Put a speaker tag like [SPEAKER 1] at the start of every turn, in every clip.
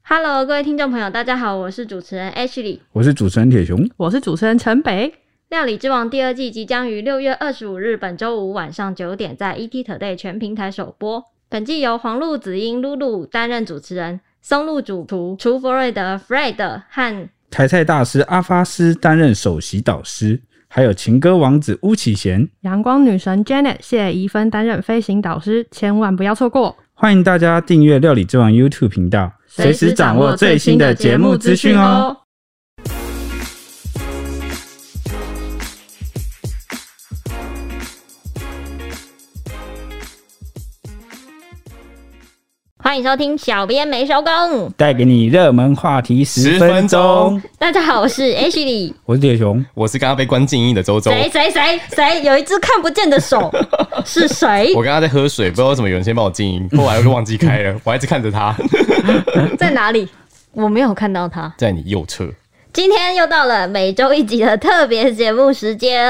[SPEAKER 1] Hello，各位听众朋友，大家好，我是主持人 Ashley。
[SPEAKER 2] 我是主持人铁熊，
[SPEAKER 3] 我是主持人陈北。
[SPEAKER 1] 料理之王第二季即将于六月二十五日本周五晚上九点在 ET Today 全平台首播。本季由黄璐、子英、露露担任主持人，松露主厨厨弗瑞德 Fred 和
[SPEAKER 2] 台菜大师阿发斯担任首席导师，还有情歌王子巫启贤。
[SPEAKER 3] 阳光女神 Janet 谢怡芬担任飞行导师，千万不要错过。
[SPEAKER 2] 欢迎大家订阅《料理之王》YouTube 频道，随时掌握最新的节目资讯哦。。
[SPEAKER 1] 欢迎收听《小编没收工》，
[SPEAKER 2] 带给你热门话题十分钟。
[SPEAKER 1] 大家好，我 是 Ashley。
[SPEAKER 2] 我是铁熊，
[SPEAKER 4] 我是刚刚被关静音的周周。
[SPEAKER 1] 谁谁谁谁有一只看不见的 手是谁？
[SPEAKER 4] 我刚刚在喝水，不知道为什么有人先帮我静 音，后来我就忘记开了，我还一直看着 他，
[SPEAKER 1] 在哪里？我没有看到他。
[SPEAKER 4] 在你右侧。
[SPEAKER 1] 今天又到了每周一集的特别节目时间，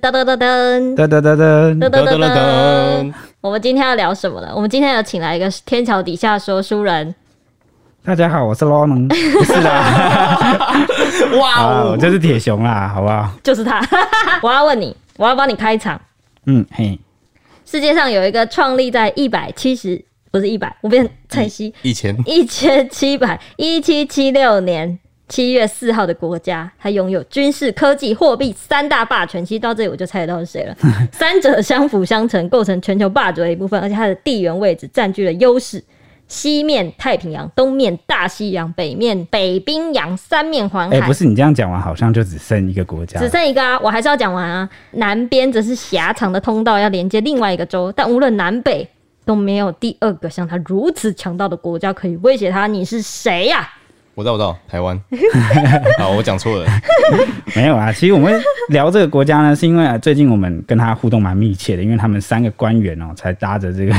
[SPEAKER 1] 噔噔噔噔
[SPEAKER 2] 哒哒哒哒，
[SPEAKER 1] 噔噔
[SPEAKER 4] 噔噔
[SPEAKER 1] 噔
[SPEAKER 4] 噔
[SPEAKER 1] 噔
[SPEAKER 4] 噔。，
[SPEAKER 1] 我们今天要聊什么呢？我们今天有请来一个天桥底下说书人，
[SPEAKER 2] 大家好，我是 Lonon，不是啦，
[SPEAKER 4] 哇
[SPEAKER 2] 啊，我
[SPEAKER 4] 哦！
[SPEAKER 2] 就是铁熊啦，好不好？
[SPEAKER 1] 啊就是他。 我要问你，我要帮你开场。
[SPEAKER 2] 嗯，嘿，
[SPEAKER 1] 世界上有一个创立在一百七十，不是一百，我变成蔡西
[SPEAKER 4] 以前
[SPEAKER 1] 一千七百一七七六年七月四号的国家，它拥有军事、科技、货币三大霸权。其实到这里我就猜得到是谁 了。三者相辅相成，构成全球霸主的一部分，而且它的地缘位置占据了优势。西面太平洋，东面大西洋，北面北冰洋，三面环海。
[SPEAKER 2] 哎，不是你这样讲完，好像就只剩一个国家
[SPEAKER 1] 只，剩一个啊，我还是要讲完啊。南边则是狭长的通道要连接另外一个州，但无论南北都没有第二个像他如此强大的国家可以威胁他。你是谁呀、
[SPEAKER 4] 我知道，我知道，台 湾。好，我讲错了。
[SPEAKER 2] 没有啦。其实我们聊这个国家呢，是因为啊最近我们跟他互动蛮密切的，因为他们三个官员哦，才搭着这个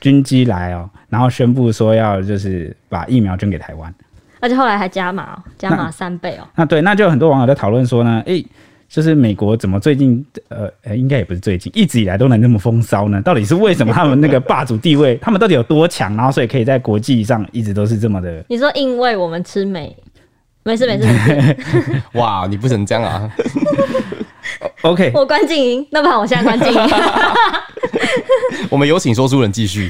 [SPEAKER 2] 军机来哦，然后宣布说要就是把疫苗捐给台湾。
[SPEAKER 1] 而且后来还加码、哦，加码三倍哦。
[SPEAKER 2] 那对，那就有很多网友在讨论说呢，诶、就是美国怎么最近呃，呃应该也不是最近，一直以来都能那么风骚呢？到底是为什么他们那个霸主地位，他们到底有多强，然后所以可以在国际上一直都是这么的？
[SPEAKER 1] 你说因为我们吃美，没事没事，没
[SPEAKER 2] 嗯
[SPEAKER 1] 事
[SPEAKER 4] 哇，你不能这样啊！
[SPEAKER 2] OK，
[SPEAKER 1] 我关静音，那不然我现在关静 音。
[SPEAKER 4] 我们有请说书人继 续。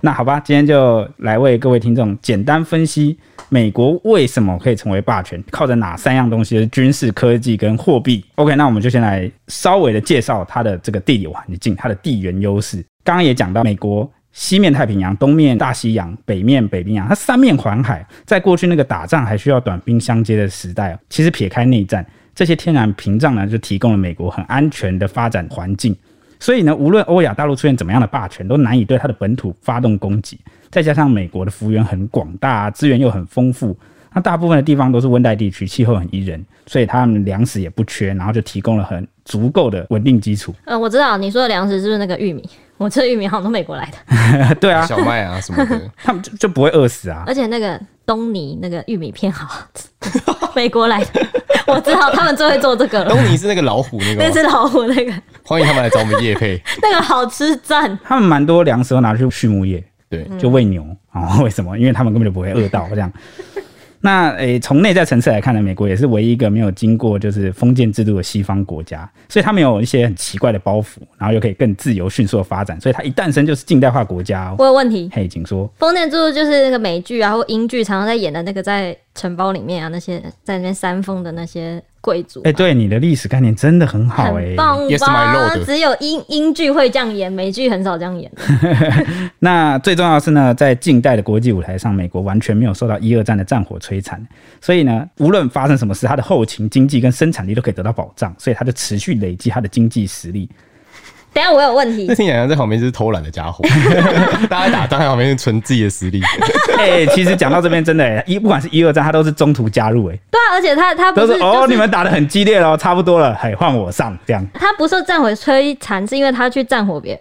[SPEAKER 2] 那好吧，今天就来为各位听众简单分析美国为什么可以成为霸权，靠着哪三样东西，就是军事、科技跟货币。OK，那我们就先来稍微的介绍它的这个地理环境，它的地缘优势。刚刚也讲到美国。西面太平洋，东面大西洋，北面北冰洋，它三面环海。在过去那个打仗还需要短兵相接的时代哦，其实撇开内战，这些天然屏障呢，就提供了美国很安全的发展环境。所以呢，无论欧亚大陆出现怎么样的霸权，都难以对它的本土发动攻击。再加上美国的幅员很广大，啊资源又很丰富，那大部分的地方都是温带地区，气候很宜人，所以他们粮食也不缺，然后就提供了很足够的稳定基础。
[SPEAKER 1] 嗯，我知道你说的粮食是不是那个玉米？我吃的玉米好像都美国来的，
[SPEAKER 2] 对啊，
[SPEAKER 4] 小麦啊什么的，
[SPEAKER 2] 他们就就不会饿死啊。
[SPEAKER 1] 而且那个东尼那个玉米片好好 吃，美国来的，我知道他们最会做这个 了。
[SPEAKER 2] 哦
[SPEAKER 4] 东尼是那个老虎 那个
[SPEAKER 1] 那
[SPEAKER 4] 吗，
[SPEAKER 1] 只老虎那个
[SPEAKER 4] 欢迎他们来找我们叶 配。
[SPEAKER 1] 那个好吃赞，
[SPEAKER 2] 他们蛮多粮食都拿去畜牧业，
[SPEAKER 4] 对，
[SPEAKER 2] 就喂牛啊、哦？ 为什么？因为他们根本就不会饿到这样。那诶，从内在层次来看呢，美国也是唯一一个没有经过就是封建制度的西方国家，所以他们有一些很奇怪的包袱，然后又可以更自由迅速的发展，所以它一诞生就是近代化国家、哦。
[SPEAKER 1] 我有问题。
[SPEAKER 2] 嘿，请说，
[SPEAKER 1] 封建制度就是那个美剧啊或英剧常常在演的那个在城堡里面啊那些在那边煽风的那些贵族嘛。
[SPEAKER 2] 哎、对你的历史概念真的很好哎、
[SPEAKER 1] 很棒
[SPEAKER 4] Yes,
[SPEAKER 1] 吧
[SPEAKER 4] my lord
[SPEAKER 1] 只有英英剧会这样演，美剧很少这样演。
[SPEAKER 2] 那最重要的是呢，在近代的国际舞台上，美国完全没有受到一二战的战火摧残，所以呢，无论发生什么事，它的后勤、经济跟生产力都可以得到保障，所以它就持续累积它的经济实力。
[SPEAKER 1] 等一下我有问 题
[SPEAKER 4] 那，听起来在旁边就是偷懒的 家伙，大家打仗在旁边是存自己的实力。
[SPEAKER 2] 哎、其实讲到这边，真的、欸、一不管是一二战，他都是中途加入、欸，
[SPEAKER 1] 对啊，而且他他不
[SPEAKER 2] 都
[SPEAKER 1] 是
[SPEAKER 2] 是
[SPEAKER 1] 就是
[SPEAKER 2] 哦，你们打的很激烈咯，差不多了，嘿，换我上这样。
[SPEAKER 1] 他不受战火摧残，是因为他去战火别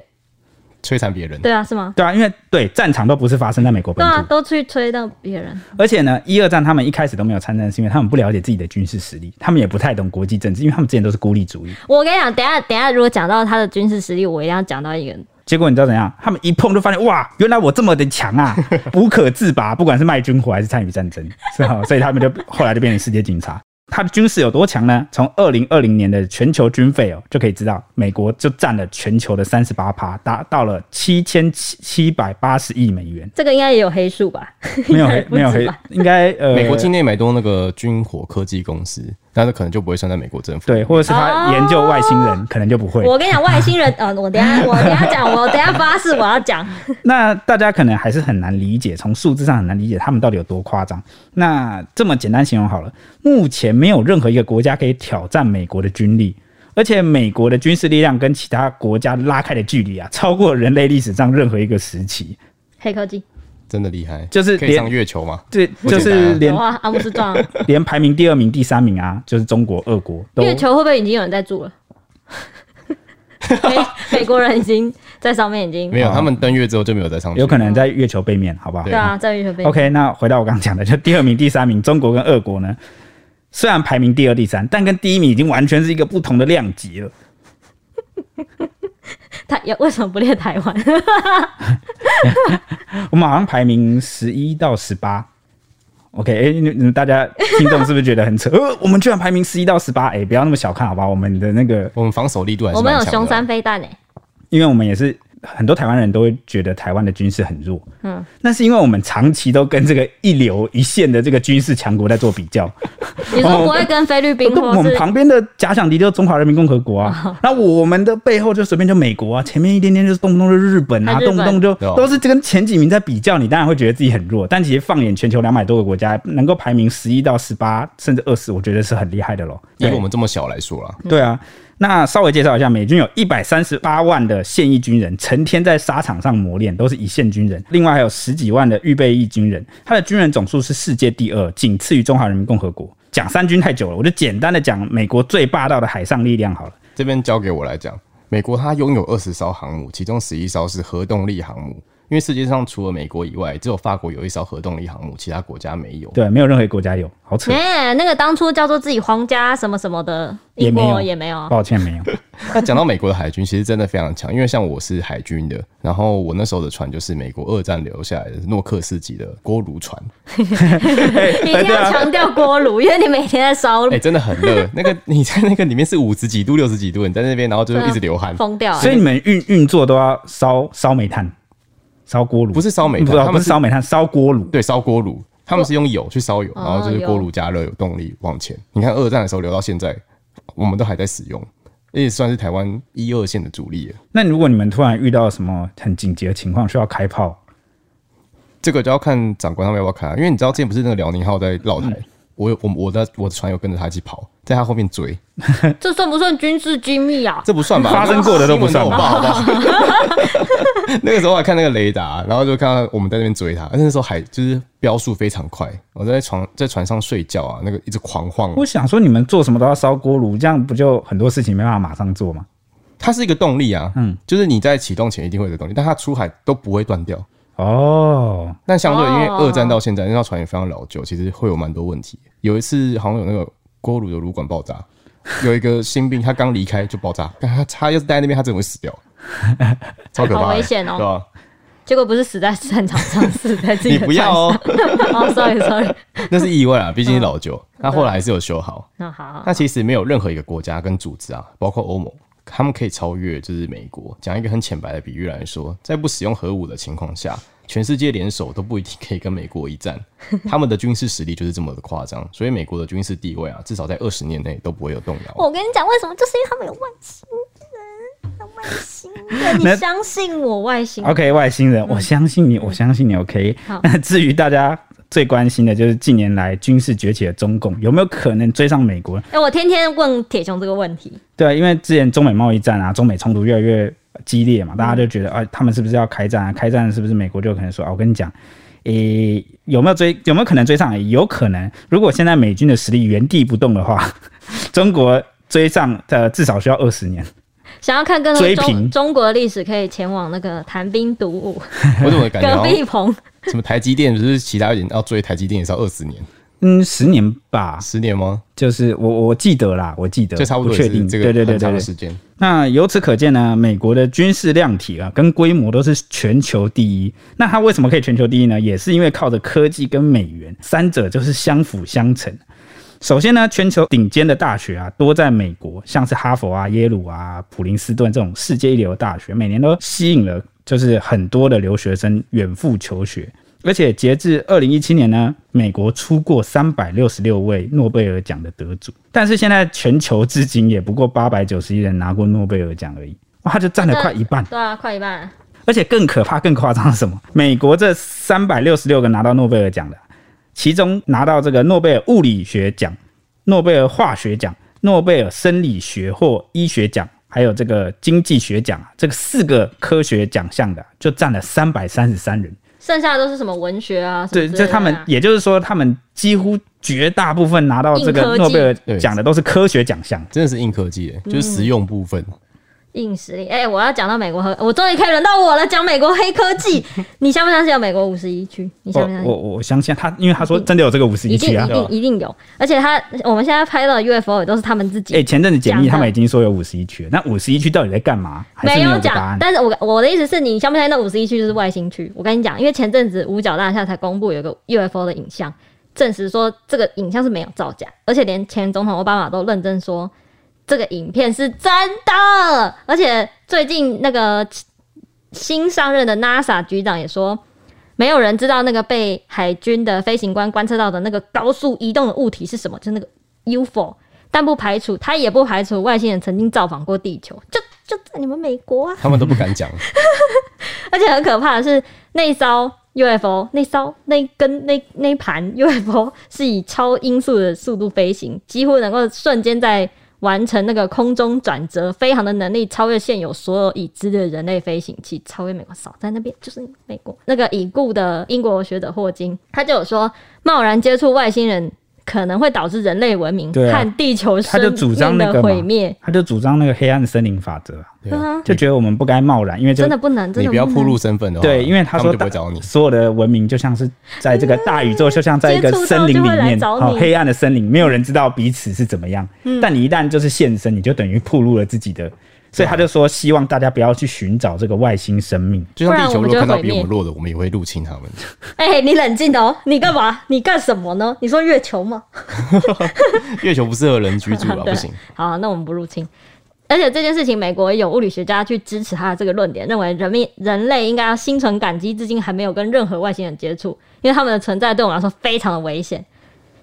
[SPEAKER 4] 摧残别人，
[SPEAKER 1] 对啊是吗？
[SPEAKER 2] 对啊，因为对战场都不是发生在美国
[SPEAKER 1] 对
[SPEAKER 2] 本
[SPEAKER 1] 啊，
[SPEAKER 2] 土，
[SPEAKER 1] 都去吹到别人。
[SPEAKER 2] 而且呢，一二战他们一开始都没有参战，是因为他们不了解自己的军事实力，他们也不太懂国际政治，因为他们之前都是孤立主义。
[SPEAKER 1] 我跟你讲，等一下等一下，如果讲到他的军事实力，我一定要讲到一个
[SPEAKER 2] 结果你知道怎样？他们一碰就发现，哇，原来我这么的强 啊，无可自拔。不管是卖军火还是参与战争，是 吧？所以他们就后来就变成世界警察。它的军事有多强呢？从二零二零年的全球军费哦，就可以知道，美国就占了全球的三十八趴，达到了七千七七百八十亿美元。
[SPEAKER 1] 这个应该也有黑数吧？
[SPEAKER 2] 没有
[SPEAKER 1] 应该
[SPEAKER 2] 黑，
[SPEAKER 1] 不
[SPEAKER 2] 没有
[SPEAKER 1] 止
[SPEAKER 2] 黑
[SPEAKER 1] 吧，
[SPEAKER 2] 应该呃，
[SPEAKER 4] 美国境内买多那个军火科技公司，那它可能就不会算在美国政府。
[SPEAKER 2] 对，或者是他研究外星人，
[SPEAKER 1] 哦
[SPEAKER 2] 可能就不会。
[SPEAKER 1] 我跟你讲，外星 人，呃，我等一下我等一下讲，我等一下发誓我要讲，
[SPEAKER 2] 那大家可能还是很难理解，从数字上很难理解他们到底有多夸张。那这么简单形容好了，目前没有任何一个国家可以挑战美国的军力，而且美国的军事力量跟其他国家拉开的距离啊，超过人类历史上任何一个时期。
[SPEAKER 1] 黑科技
[SPEAKER 4] 真的厉害，
[SPEAKER 2] 就是
[SPEAKER 4] 可以
[SPEAKER 2] 连
[SPEAKER 4] 上月球吗？
[SPEAKER 2] 这
[SPEAKER 4] 不
[SPEAKER 2] 就
[SPEAKER 4] 简单啊
[SPEAKER 2] 是连
[SPEAKER 1] 有啊，阿姆斯壮啊，
[SPEAKER 2] 连排名第二名、第三名啊，就是中国、俄国 都
[SPEAKER 1] 月球会不会已经有人在住 了？美美国人已经在上面已经
[SPEAKER 4] 没有，他们登月之后就没有再上
[SPEAKER 2] 啊
[SPEAKER 4] 去。
[SPEAKER 2] 有可能在月球背面，好不好？
[SPEAKER 1] 对啊，在月球被
[SPEAKER 2] OK，那回到我刚刚讲的，就第二名、第三名，中国跟俄国呢，虽然排名第二、第三，但跟第一名已经完全是一个不同的量级了。
[SPEAKER 1] 台有为什么不列台湾？
[SPEAKER 2] 啊我们好像排名十一到十八。OK，哎、你你大家听众是不是觉得很扯？ 呃，我们居然排名十一到十八，哎，不要那么小看好吧？我们的那个，
[SPEAKER 4] 我们防守力度还是
[SPEAKER 1] 我们有
[SPEAKER 4] 蛮强的
[SPEAKER 1] 熊山飞弹诶、
[SPEAKER 2] 因为我们也是很多台湾人都会觉得台湾的军事很弱，嗯，那是因为我们长期都跟这个一流一线的这个军事强国在做比较，
[SPEAKER 1] 你说不会跟菲律宾
[SPEAKER 2] 呃跟我
[SPEAKER 1] 或
[SPEAKER 2] 们
[SPEAKER 1] 是哦
[SPEAKER 2] 旁边的假想敌就是中华人民共和国啊，那我们的背后就随便就美国啊，前面一点点就是动不动就日本啊，
[SPEAKER 1] 还日
[SPEAKER 2] 动
[SPEAKER 1] 本
[SPEAKER 2] 不动就
[SPEAKER 4] 对哦
[SPEAKER 2] 都是跟前几名在比较，你当然会觉得自己很弱。但其实放眼全球两百多个国家，能够排名十一到十八甚至二十，我觉得是很厉害的喽。
[SPEAKER 4] 以我们这么小来说
[SPEAKER 1] 嗯
[SPEAKER 4] 啦，
[SPEAKER 2] 对啊，那稍微介绍一下，美军有一百三十八万的现役军人，成天在沙场上磨练，都是一线军人。另外还有十几万的预备役军人，他的军人总数是世界第二，仅次于中华人民共和国。讲三军太久了，我就简单的讲美国最霸道的海上力量好了。
[SPEAKER 4] 这边交给我来讲。美国它拥有二十艘航母，其中十一艘是核动力航母。因为世界上除了美国以外，只有法国有一艘核动力航母，其他国家没有。
[SPEAKER 2] 对，没有任何一个国家有，好扯
[SPEAKER 1] 哎、，那个当初叫做自己皇家什么什么的，
[SPEAKER 2] 也
[SPEAKER 1] 英
[SPEAKER 2] 没有
[SPEAKER 1] 国也没 有啊，
[SPEAKER 2] 抱 歉没有。
[SPEAKER 4] 那讲到美国的海军，其实真的非常强，因为像我是海军的，然后我那时候的船就是美国二战留下来的诺克斯级的锅炉船，
[SPEAKER 1] 一
[SPEAKER 2] 啊
[SPEAKER 1] 定要强调锅炉，因为你每天在烧
[SPEAKER 4] 哎、，真的很热。那个你在那个里面是五十几度、六十几度，你在那边，然后
[SPEAKER 2] 啊
[SPEAKER 4] 就是一直流汗，
[SPEAKER 1] 疯掉、啊
[SPEAKER 2] 所以你们运运作都要烧烧煤炭，烧锅炉，嗯
[SPEAKER 4] 不是烧煤炭
[SPEAKER 2] 不是
[SPEAKER 4] 他
[SPEAKER 2] 不
[SPEAKER 4] 们
[SPEAKER 2] 是
[SPEAKER 4] 是
[SPEAKER 2] 烧煤炭，烧锅炉。
[SPEAKER 4] 对，烧锅炉，他们是用油去烧油，
[SPEAKER 1] 哦
[SPEAKER 4] 然后就是锅炉加热有动力往前。你看二战的时候留到现在，我们都还在使用，而且算是台湾一二线的主力了。
[SPEAKER 2] 那如果你们突然遇到什么很紧急的情况需要开炮，
[SPEAKER 4] 这个就要看长官他们要不要看啊、因为你知道之前不是那个辽宁号在绕台，
[SPEAKER 2] 嗯
[SPEAKER 4] 我有我我的我的船有跟着他一起跑，在他后面追，
[SPEAKER 1] 这算不算军事机密啊？
[SPEAKER 4] 这不算吧？
[SPEAKER 2] 发生过的都不算
[SPEAKER 4] 新闻都有报好不好？ 那个时候我还看那个雷达，然后就看到我们在那边追他，那时候海就是飙速非常快，我在床在船上睡觉啊，那个一直狂晃啊、
[SPEAKER 2] 我想说，你们做什么都要烧锅炉，这样不就很多事情没办法马上做吗？
[SPEAKER 4] 它是一个动力啊，嗯，就是你在启动前一定会有的动力，但它出海都不会断掉。
[SPEAKER 2] 哦，
[SPEAKER 4] 但相对，因为
[SPEAKER 1] 哦
[SPEAKER 4] 二战到现在，那艘船也非常老旧，其实会有蛮多问题。有一次好像有那个锅炉的炉管爆炸，有一个新兵他刚离开就爆炸，干他他要是待在那边，他真的会死 掉，超可怕的，
[SPEAKER 1] 好危险哦
[SPEAKER 4] 对吧？
[SPEAKER 1] 结果不是死在战场上，死在自己
[SPEAKER 4] 你
[SPEAKER 1] 的
[SPEAKER 4] 不要哦，
[SPEAKER 1] 船上。哦，sorry 嗯 sorry，
[SPEAKER 4] 那是意外啊，毕竟是老旧。那后来还是有修好。
[SPEAKER 1] 那好，
[SPEAKER 4] 那其实没有任何一个国家跟组织啊，包括欧盟，他们可以超越就是美国。讲一个很浅白的比喻来说，在不使用核武的情 况下，全世界联手都不一定可以跟美国一战。他们的军事实力就是这么的夸张，所以美国的军事地位啊，至少在二十年内都不会有动摇。
[SPEAKER 1] 我跟你讲，为什么？就是因为他们有外星人，有外星人，
[SPEAKER 2] 那
[SPEAKER 1] 你相信我，外星人
[SPEAKER 2] OK，外星人，我相信你，我相信你。OK，
[SPEAKER 1] 好
[SPEAKER 2] 那 至于大家最关心的就是近年来军事崛起的中共有没有可能追上美国？
[SPEAKER 1] 哎、我天天问铁熊这个问题，
[SPEAKER 2] 对啊，因为之前中美贸易战啊，中美冲突越来越激烈嘛，大家就觉得啊，他们是不是要开战啊？开战是不是美国就可能说啊，我跟你讲，诶、有没有追有没有可能追上来？有可能，如果现在美军的实力原地不动的话， 中国追上呃至少需要二十年。
[SPEAKER 1] 想要看更多
[SPEAKER 2] 追
[SPEAKER 1] 中
[SPEAKER 2] 平
[SPEAKER 1] 中国历史，可以前往那个谈兵读武，
[SPEAKER 2] 哎
[SPEAKER 4] 我怎么感觉
[SPEAKER 1] 隔
[SPEAKER 4] 好
[SPEAKER 1] 壁
[SPEAKER 4] 像
[SPEAKER 1] 棚。
[SPEAKER 4] 哦什么台积电，只是其他人要追台积电也是要二十年，
[SPEAKER 2] 嗯十年吧，
[SPEAKER 4] 十年吗？
[SPEAKER 2] 就是我我记得啦，我记得，
[SPEAKER 4] 就差不多
[SPEAKER 2] 不
[SPEAKER 4] 也
[SPEAKER 2] 确
[SPEAKER 4] 是
[SPEAKER 2] 定，
[SPEAKER 4] 这个
[SPEAKER 2] 对对对
[SPEAKER 4] 很
[SPEAKER 2] 对
[SPEAKER 4] 长的
[SPEAKER 2] 对。
[SPEAKER 4] 时间。
[SPEAKER 2] 那由此可见呢，美国的军事量体啊跟规模都是全球第一。那它为什么可以全球第一呢？也是因为靠着科技跟美元，三者就是相辅相成。首先呢，全球顶尖的大学啊，多在美国，像是哈佛啊、耶鲁啊、普林斯顿这种世界一流的大学，每年都吸引了就是很多的留学生远赴求学。而且截至二零一七年呢，美国出过三百六十六位诺贝尔奖的得主，但是现在全球至今也不过八百九十一人拿过诺贝尔奖而已，哇，他就占了快一半。
[SPEAKER 1] 对啊，快一半了。
[SPEAKER 2] 而且更可怕、更夸张的是什么？ 美国这三百六十六个拿到诺贝尔奖的，其中拿到这个诺贝尔物理学奖、诺贝尔化学奖、诺贝尔生理学或医学奖，还有这个经济学奖啊，这个四个科学奖项的，就占了三百三十三人。
[SPEAKER 1] 剩下的都是什么文学啊？什么
[SPEAKER 2] 对，
[SPEAKER 1] 之类
[SPEAKER 2] 就
[SPEAKER 1] 的
[SPEAKER 2] 他们
[SPEAKER 1] 啊，
[SPEAKER 2] 也就是说，他们几乎绝大部分拿到这
[SPEAKER 1] 硬科
[SPEAKER 2] 个
[SPEAKER 1] 技
[SPEAKER 2] 诺贝尔奖的都是科学奖项。
[SPEAKER 4] 真的是硬科技耶，
[SPEAKER 2] 嗯
[SPEAKER 4] 就是实用部分。
[SPEAKER 1] 硬实力。哎、我要讲到美国黑，我终于可以轮到我了，讲美国黑科 技。你相不相信有美国五十一区？你
[SPEAKER 2] 我
[SPEAKER 1] 相不相信？
[SPEAKER 2] 哦我我相信他，因为他说真的有这个五十一
[SPEAKER 1] 一定
[SPEAKER 2] 区啊
[SPEAKER 1] 一。定一定有，而且他我们现在拍到的 UFO 也都是他们自己
[SPEAKER 2] 哎、前阵子解密，
[SPEAKER 1] 讲的
[SPEAKER 2] 他们已经说有五十一区了，那五十一区到底在干嘛？还是
[SPEAKER 1] 没
[SPEAKER 2] 没
[SPEAKER 1] 有
[SPEAKER 2] 个答
[SPEAKER 1] 讲
[SPEAKER 2] 案，。
[SPEAKER 1] 但是我我的意思是你相不相信那五十一区就是外星区？我跟你讲，因为前阵子五角大厦才公布有个 UFO 的影像，证实说这个影像是没有造假，而且连前总统奥巴马都认真说这个影片是真的。而且最近那个新上任的 NASA 局长也说，没有人知道那个被海军的飞行官观测到的那个高速移动的物体是什么，就是那个 UFO。但不排除，他也不排除外星人曾经造访过地球，就就在你们美国啊！
[SPEAKER 4] 他们都不敢 讲，
[SPEAKER 1] 而且很可怕的是，那艘 UFO 那艘那根那那盘 UFO 是以超音速的速度飞行，几乎能够瞬间在完成那个空中转折飞航的能力，超越现有所有已知的人类飞行器，超越美国，少在那边就是你美国那个已故的英国学者霍金，他就有说，贸然接触外星人。可能会导致人类文明
[SPEAKER 2] 对啊
[SPEAKER 1] 和地球
[SPEAKER 2] 他
[SPEAKER 1] 生
[SPEAKER 2] 就主张
[SPEAKER 1] 命
[SPEAKER 2] 那个
[SPEAKER 1] 的
[SPEAKER 2] 嘛
[SPEAKER 1] 毁灭，
[SPEAKER 2] 他就主张那个黑暗森林法则啊、
[SPEAKER 4] 对啊
[SPEAKER 2] 就觉得我们不该贸然，因为就
[SPEAKER 1] 真的不能，真
[SPEAKER 4] 你
[SPEAKER 1] 的
[SPEAKER 4] 不要
[SPEAKER 1] 能
[SPEAKER 4] 暴露身份的话，
[SPEAKER 2] 对，因为他
[SPEAKER 4] 啊们
[SPEAKER 2] 说
[SPEAKER 4] 就不会
[SPEAKER 2] 大
[SPEAKER 4] 找你。
[SPEAKER 2] 所有的文明就像是在这个大宇宙，就像在一个森林里
[SPEAKER 1] 嗯接触到就会来
[SPEAKER 2] 面，
[SPEAKER 1] 找
[SPEAKER 2] 好、
[SPEAKER 1] 你嗯
[SPEAKER 2] 黑暗的森林，没有人知道彼此是怎么样。但你一旦就是现身，你就等于暴露了自己
[SPEAKER 4] 啊
[SPEAKER 2] 的，所以他就说希望大家不要去寻找这个外星生命。
[SPEAKER 4] 就像地球
[SPEAKER 1] 不然我
[SPEAKER 4] 如
[SPEAKER 1] 们就
[SPEAKER 4] 果
[SPEAKER 1] 会
[SPEAKER 4] 看到
[SPEAKER 1] 毁
[SPEAKER 4] 比
[SPEAKER 1] 灭
[SPEAKER 4] 我们弱的，我们也会入侵他们。
[SPEAKER 1] 哎、你冷静哦，你干嘛？你干什么呢？你说月球吗？
[SPEAKER 4] 月球不适合人居住啊，
[SPEAKER 1] 对
[SPEAKER 4] 不行。
[SPEAKER 1] 好，那我们不入侵。而且这件事情，美国也有物理学家去支持他的这个论点，认为人民人类应该要心存感激，至今还没有跟任何外星人接触，因为他们的存在对我们来说非常的危险。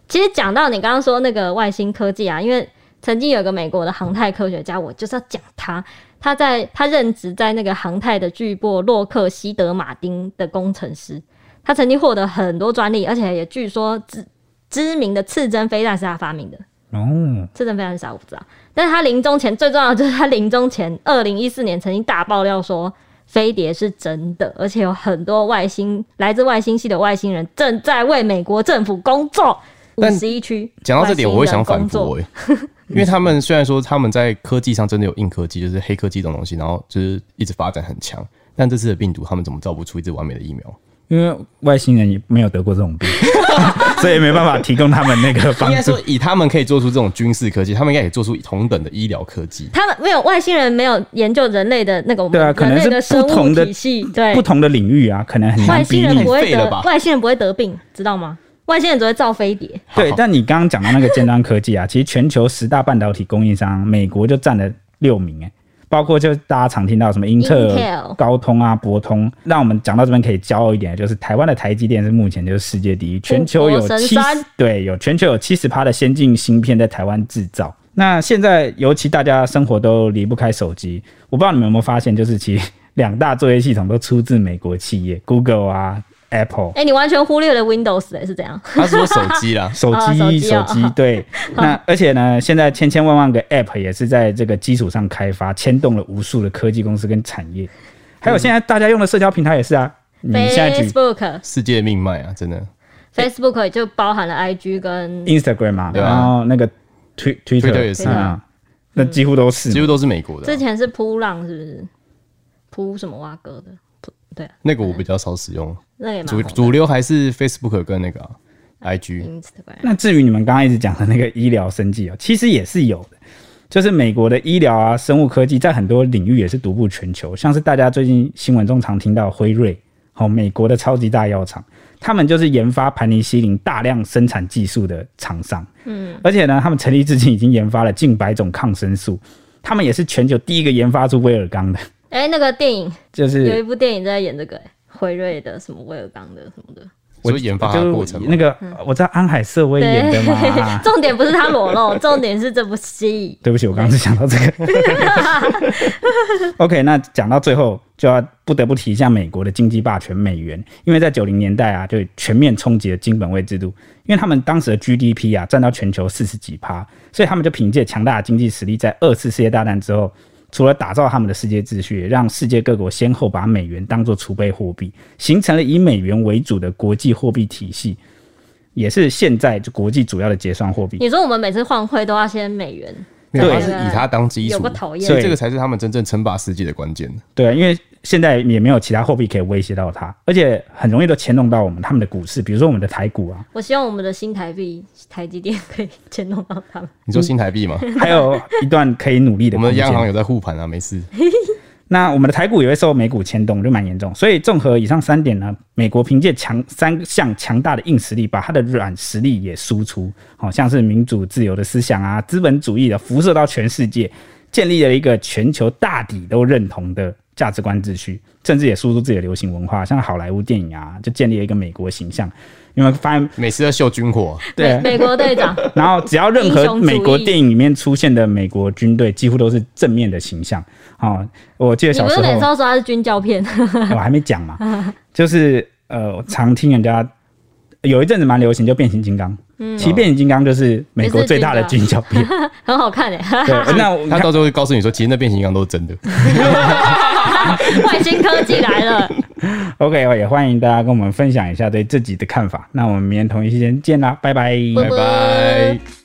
[SPEAKER 1] 其实讲到你刚刚说那个外星科技啊，因为曾经有一个美国的航太科学家，我就是要讲他，他在他任职在那个航太的巨擘洛克希德马丁的工程师，他曾经获得很多专利，而且也据说知知名的刺针飞弹是他发明的。
[SPEAKER 2] 哦，
[SPEAKER 1] 这真非常少，我不知道。但是他临终前最重要的就是他临终前，二零一四年曾经大爆料说飞碟是真的，而且有很多外星来自外星系的外星人正在为美国政府工作。五
[SPEAKER 4] 但
[SPEAKER 1] 十一区
[SPEAKER 4] 讲到这点，我会想反
[SPEAKER 1] 外星人工
[SPEAKER 4] 驳
[SPEAKER 2] 欸
[SPEAKER 1] 作，
[SPEAKER 4] 哎、因为他们虽然说他们在科技上真的有硬科技，就是黑科技这种东西，然后就是一直发展很强，但这次的病毒他们怎么造不出一支完美的疫苗？
[SPEAKER 2] 因为外星人也没有得过这 种病，所以没办法提供他们那个帮
[SPEAKER 4] 应该
[SPEAKER 2] 助
[SPEAKER 4] 说。以他们可以做出这种军事科技，他们应该也做出同等的医疗科技。
[SPEAKER 1] 他们没有外星人没有研究人类的那个我们
[SPEAKER 2] 对啊可能
[SPEAKER 1] 人类
[SPEAKER 2] 是
[SPEAKER 1] 的生
[SPEAKER 2] 不同
[SPEAKER 1] 物
[SPEAKER 2] 的
[SPEAKER 1] 体系，对
[SPEAKER 2] 不，同的领域啊，可能很
[SPEAKER 1] 外
[SPEAKER 2] 难
[SPEAKER 1] 星
[SPEAKER 2] 比
[SPEAKER 1] 人
[SPEAKER 2] 拟
[SPEAKER 1] 不。会
[SPEAKER 4] 太废了
[SPEAKER 1] 得
[SPEAKER 4] 吧
[SPEAKER 1] 外星人不会得病，知道吗？外星人只会造飞碟，
[SPEAKER 2] 对
[SPEAKER 4] 好，
[SPEAKER 2] 但你刚刚讲到那个尖端科技啊，其实全球十大半导体供应商，美国就占了六名哎、包括就大家常听到什么英特尔
[SPEAKER 1] Intel、
[SPEAKER 2] 高通啊、博通，那我们讲到这边可以骄傲一点，就是台湾的台积电是目前就是世界第一，全球有
[SPEAKER 1] 护国神
[SPEAKER 2] 七
[SPEAKER 1] 山
[SPEAKER 2] 对有全球有七十趴的先进芯片在台湾制造。那现在尤其大家生活都离不开手机，我不知道你们有没有发现，就是其实两大作业系统都出自美国企业，Google 啊、Apple，
[SPEAKER 1] 哎、你完全忽略了 Windows，、欸、是怎样？
[SPEAKER 4] 他是说手机啦
[SPEAKER 2] 手
[SPEAKER 1] 啊手
[SPEAKER 2] 机，
[SPEAKER 1] 机
[SPEAKER 2] 手
[SPEAKER 1] 哦
[SPEAKER 2] 机， 对。那而且呢，现在千千万万个 App 也是在这个基础上开发，牵动了无数的科技公司跟产业。还有现在大家用的社交平台也是啊，你现在举
[SPEAKER 1] 嗯 Facebook
[SPEAKER 4] 世界命脉啊，真的。
[SPEAKER 1] Facebook 也就包含了 IG 跟
[SPEAKER 2] Instagram 嘛，
[SPEAKER 4] 对啊
[SPEAKER 2] 然后那个 Twi- Twitter
[SPEAKER 4] Twitter 也是
[SPEAKER 2] 啊，那几乎都是
[SPEAKER 4] 几
[SPEAKER 2] 嘛。
[SPEAKER 4] 乎都是美国的
[SPEAKER 1] 之
[SPEAKER 4] 啊、
[SPEAKER 1] 前是扑浪是不是？扑什么蛙哥的？扑对啊，
[SPEAKER 4] 那个我比较少使用，
[SPEAKER 1] 那个也蛮
[SPEAKER 4] 主
[SPEAKER 1] 红的嗯
[SPEAKER 4] 主流还是 Facebook 跟那个啊、 IG
[SPEAKER 1] Instagram
[SPEAKER 2] 那至于你们刚刚一直讲的那个医疗生技哦，其实也是有的，就是美国的医疗啊、生物科技在很多领域也是独步全球，像是大家最近新闻中常听到辉瑞，哦，美国的超级大药厂，他们就是研发盘尼西林大量生产技术的厂商，嗯，而且呢，他们成立至今已经研发了近百种抗生素，他们也是全球第一个研发出威尔刚的，
[SPEAKER 1] 哎、那个电影
[SPEAKER 2] 就
[SPEAKER 1] 有一
[SPEAKER 2] 是
[SPEAKER 1] 部电影在演这个、哎辉瑞的什么威尔刚的什么的，
[SPEAKER 4] 所以研发的过程
[SPEAKER 2] 就
[SPEAKER 4] 嘛
[SPEAKER 2] 是那个
[SPEAKER 1] 嗯
[SPEAKER 2] 我知道安海瑟薇演的嘛。
[SPEAKER 1] 重点不是他裸露， 重点是这部戏。
[SPEAKER 2] 对不起，我刚刚是想到这个。OK，那讲到最后就要不得不提一下美国的经济霸权美元，因为在九零年代啊，就全面冲击了金本位制度，因为他们当时的 GDP 啊占到全球四十几趴，所以他们就凭借强大的经济实力，在二次世界大战之后。除了打造他们的世界秩序，也让世界各国先后把美元当作储备货币，形成了以美元为主的国际货币体系，也是现在就国际主要的结算货币。
[SPEAKER 1] 你说我们每次换汇都要先美元，
[SPEAKER 4] 没有，
[SPEAKER 2] 对
[SPEAKER 4] 他是以它当基
[SPEAKER 1] 有
[SPEAKER 4] 础
[SPEAKER 1] 个讨，厌
[SPEAKER 4] 所以这个才是他们真正称霸世界的关键。
[SPEAKER 2] 对，啊因为现在也没有其他货币可以威胁到它，而且很容易都牵动到我们他们的股市，比如说我们的台股 啊，
[SPEAKER 1] 我希望我们的新台币台积电可以 牵动到他们。
[SPEAKER 4] 你说新台币嘛，
[SPEAKER 1] 嗯
[SPEAKER 2] 还有一段可以努力的
[SPEAKER 4] 我
[SPEAKER 2] 空
[SPEAKER 4] 们央行
[SPEAKER 2] 间。
[SPEAKER 4] 有在护盘啊，没事。
[SPEAKER 2] 那我们的台股也会受美股牵动，就蛮严重。所以综合以上三点呢，美国凭借强三项强大的硬实力，把它的软实力也输出，好、像是民主自由的思想啊、资本主义的辐射到全世界，建立了一个全球大抵都认同的价值观秩序，甚至也输出自己的流行文化，像好莱坞电影啊，就建立了一个美国形象。你们发现
[SPEAKER 4] 每次要秀军火，啊
[SPEAKER 2] 对
[SPEAKER 1] 美美国队 长，
[SPEAKER 2] 然后只要任
[SPEAKER 1] 英
[SPEAKER 2] 何
[SPEAKER 1] 雄主义
[SPEAKER 2] 美国电影里面出现的美国军队，几乎都是正面的形象。哦，我记得
[SPEAKER 1] 你
[SPEAKER 2] 小
[SPEAKER 1] 不
[SPEAKER 2] 时
[SPEAKER 1] 是每次
[SPEAKER 2] 候
[SPEAKER 1] 都说他是军教片？
[SPEAKER 2] 我还没讲嘛，就是呃，我常听人家有一阵子蛮流行，就变形金刚。
[SPEAKER 1] 嗯
[SPEAKER 2] 其实变形金刚就是美国最大的
[SPEAKER 1] 啊
[SPEAKER 2] 军教片。
[SPEAKER 1] 很好看哎、
[SPEAKER 2] 对，呃那我
[SPEAKER 4] 他到最后会告诉你说，其实那变形金刚都是真的。
[SPEAKER 1] 外星科技来了，
[SPEAKER 2] OK，我也欢迎大家跟我们分享一下对自己的看法。那我们明天同一时间见啦，拜拜。
[SPEAKER 1] 拜
[SPEAKER 4] 拜拜。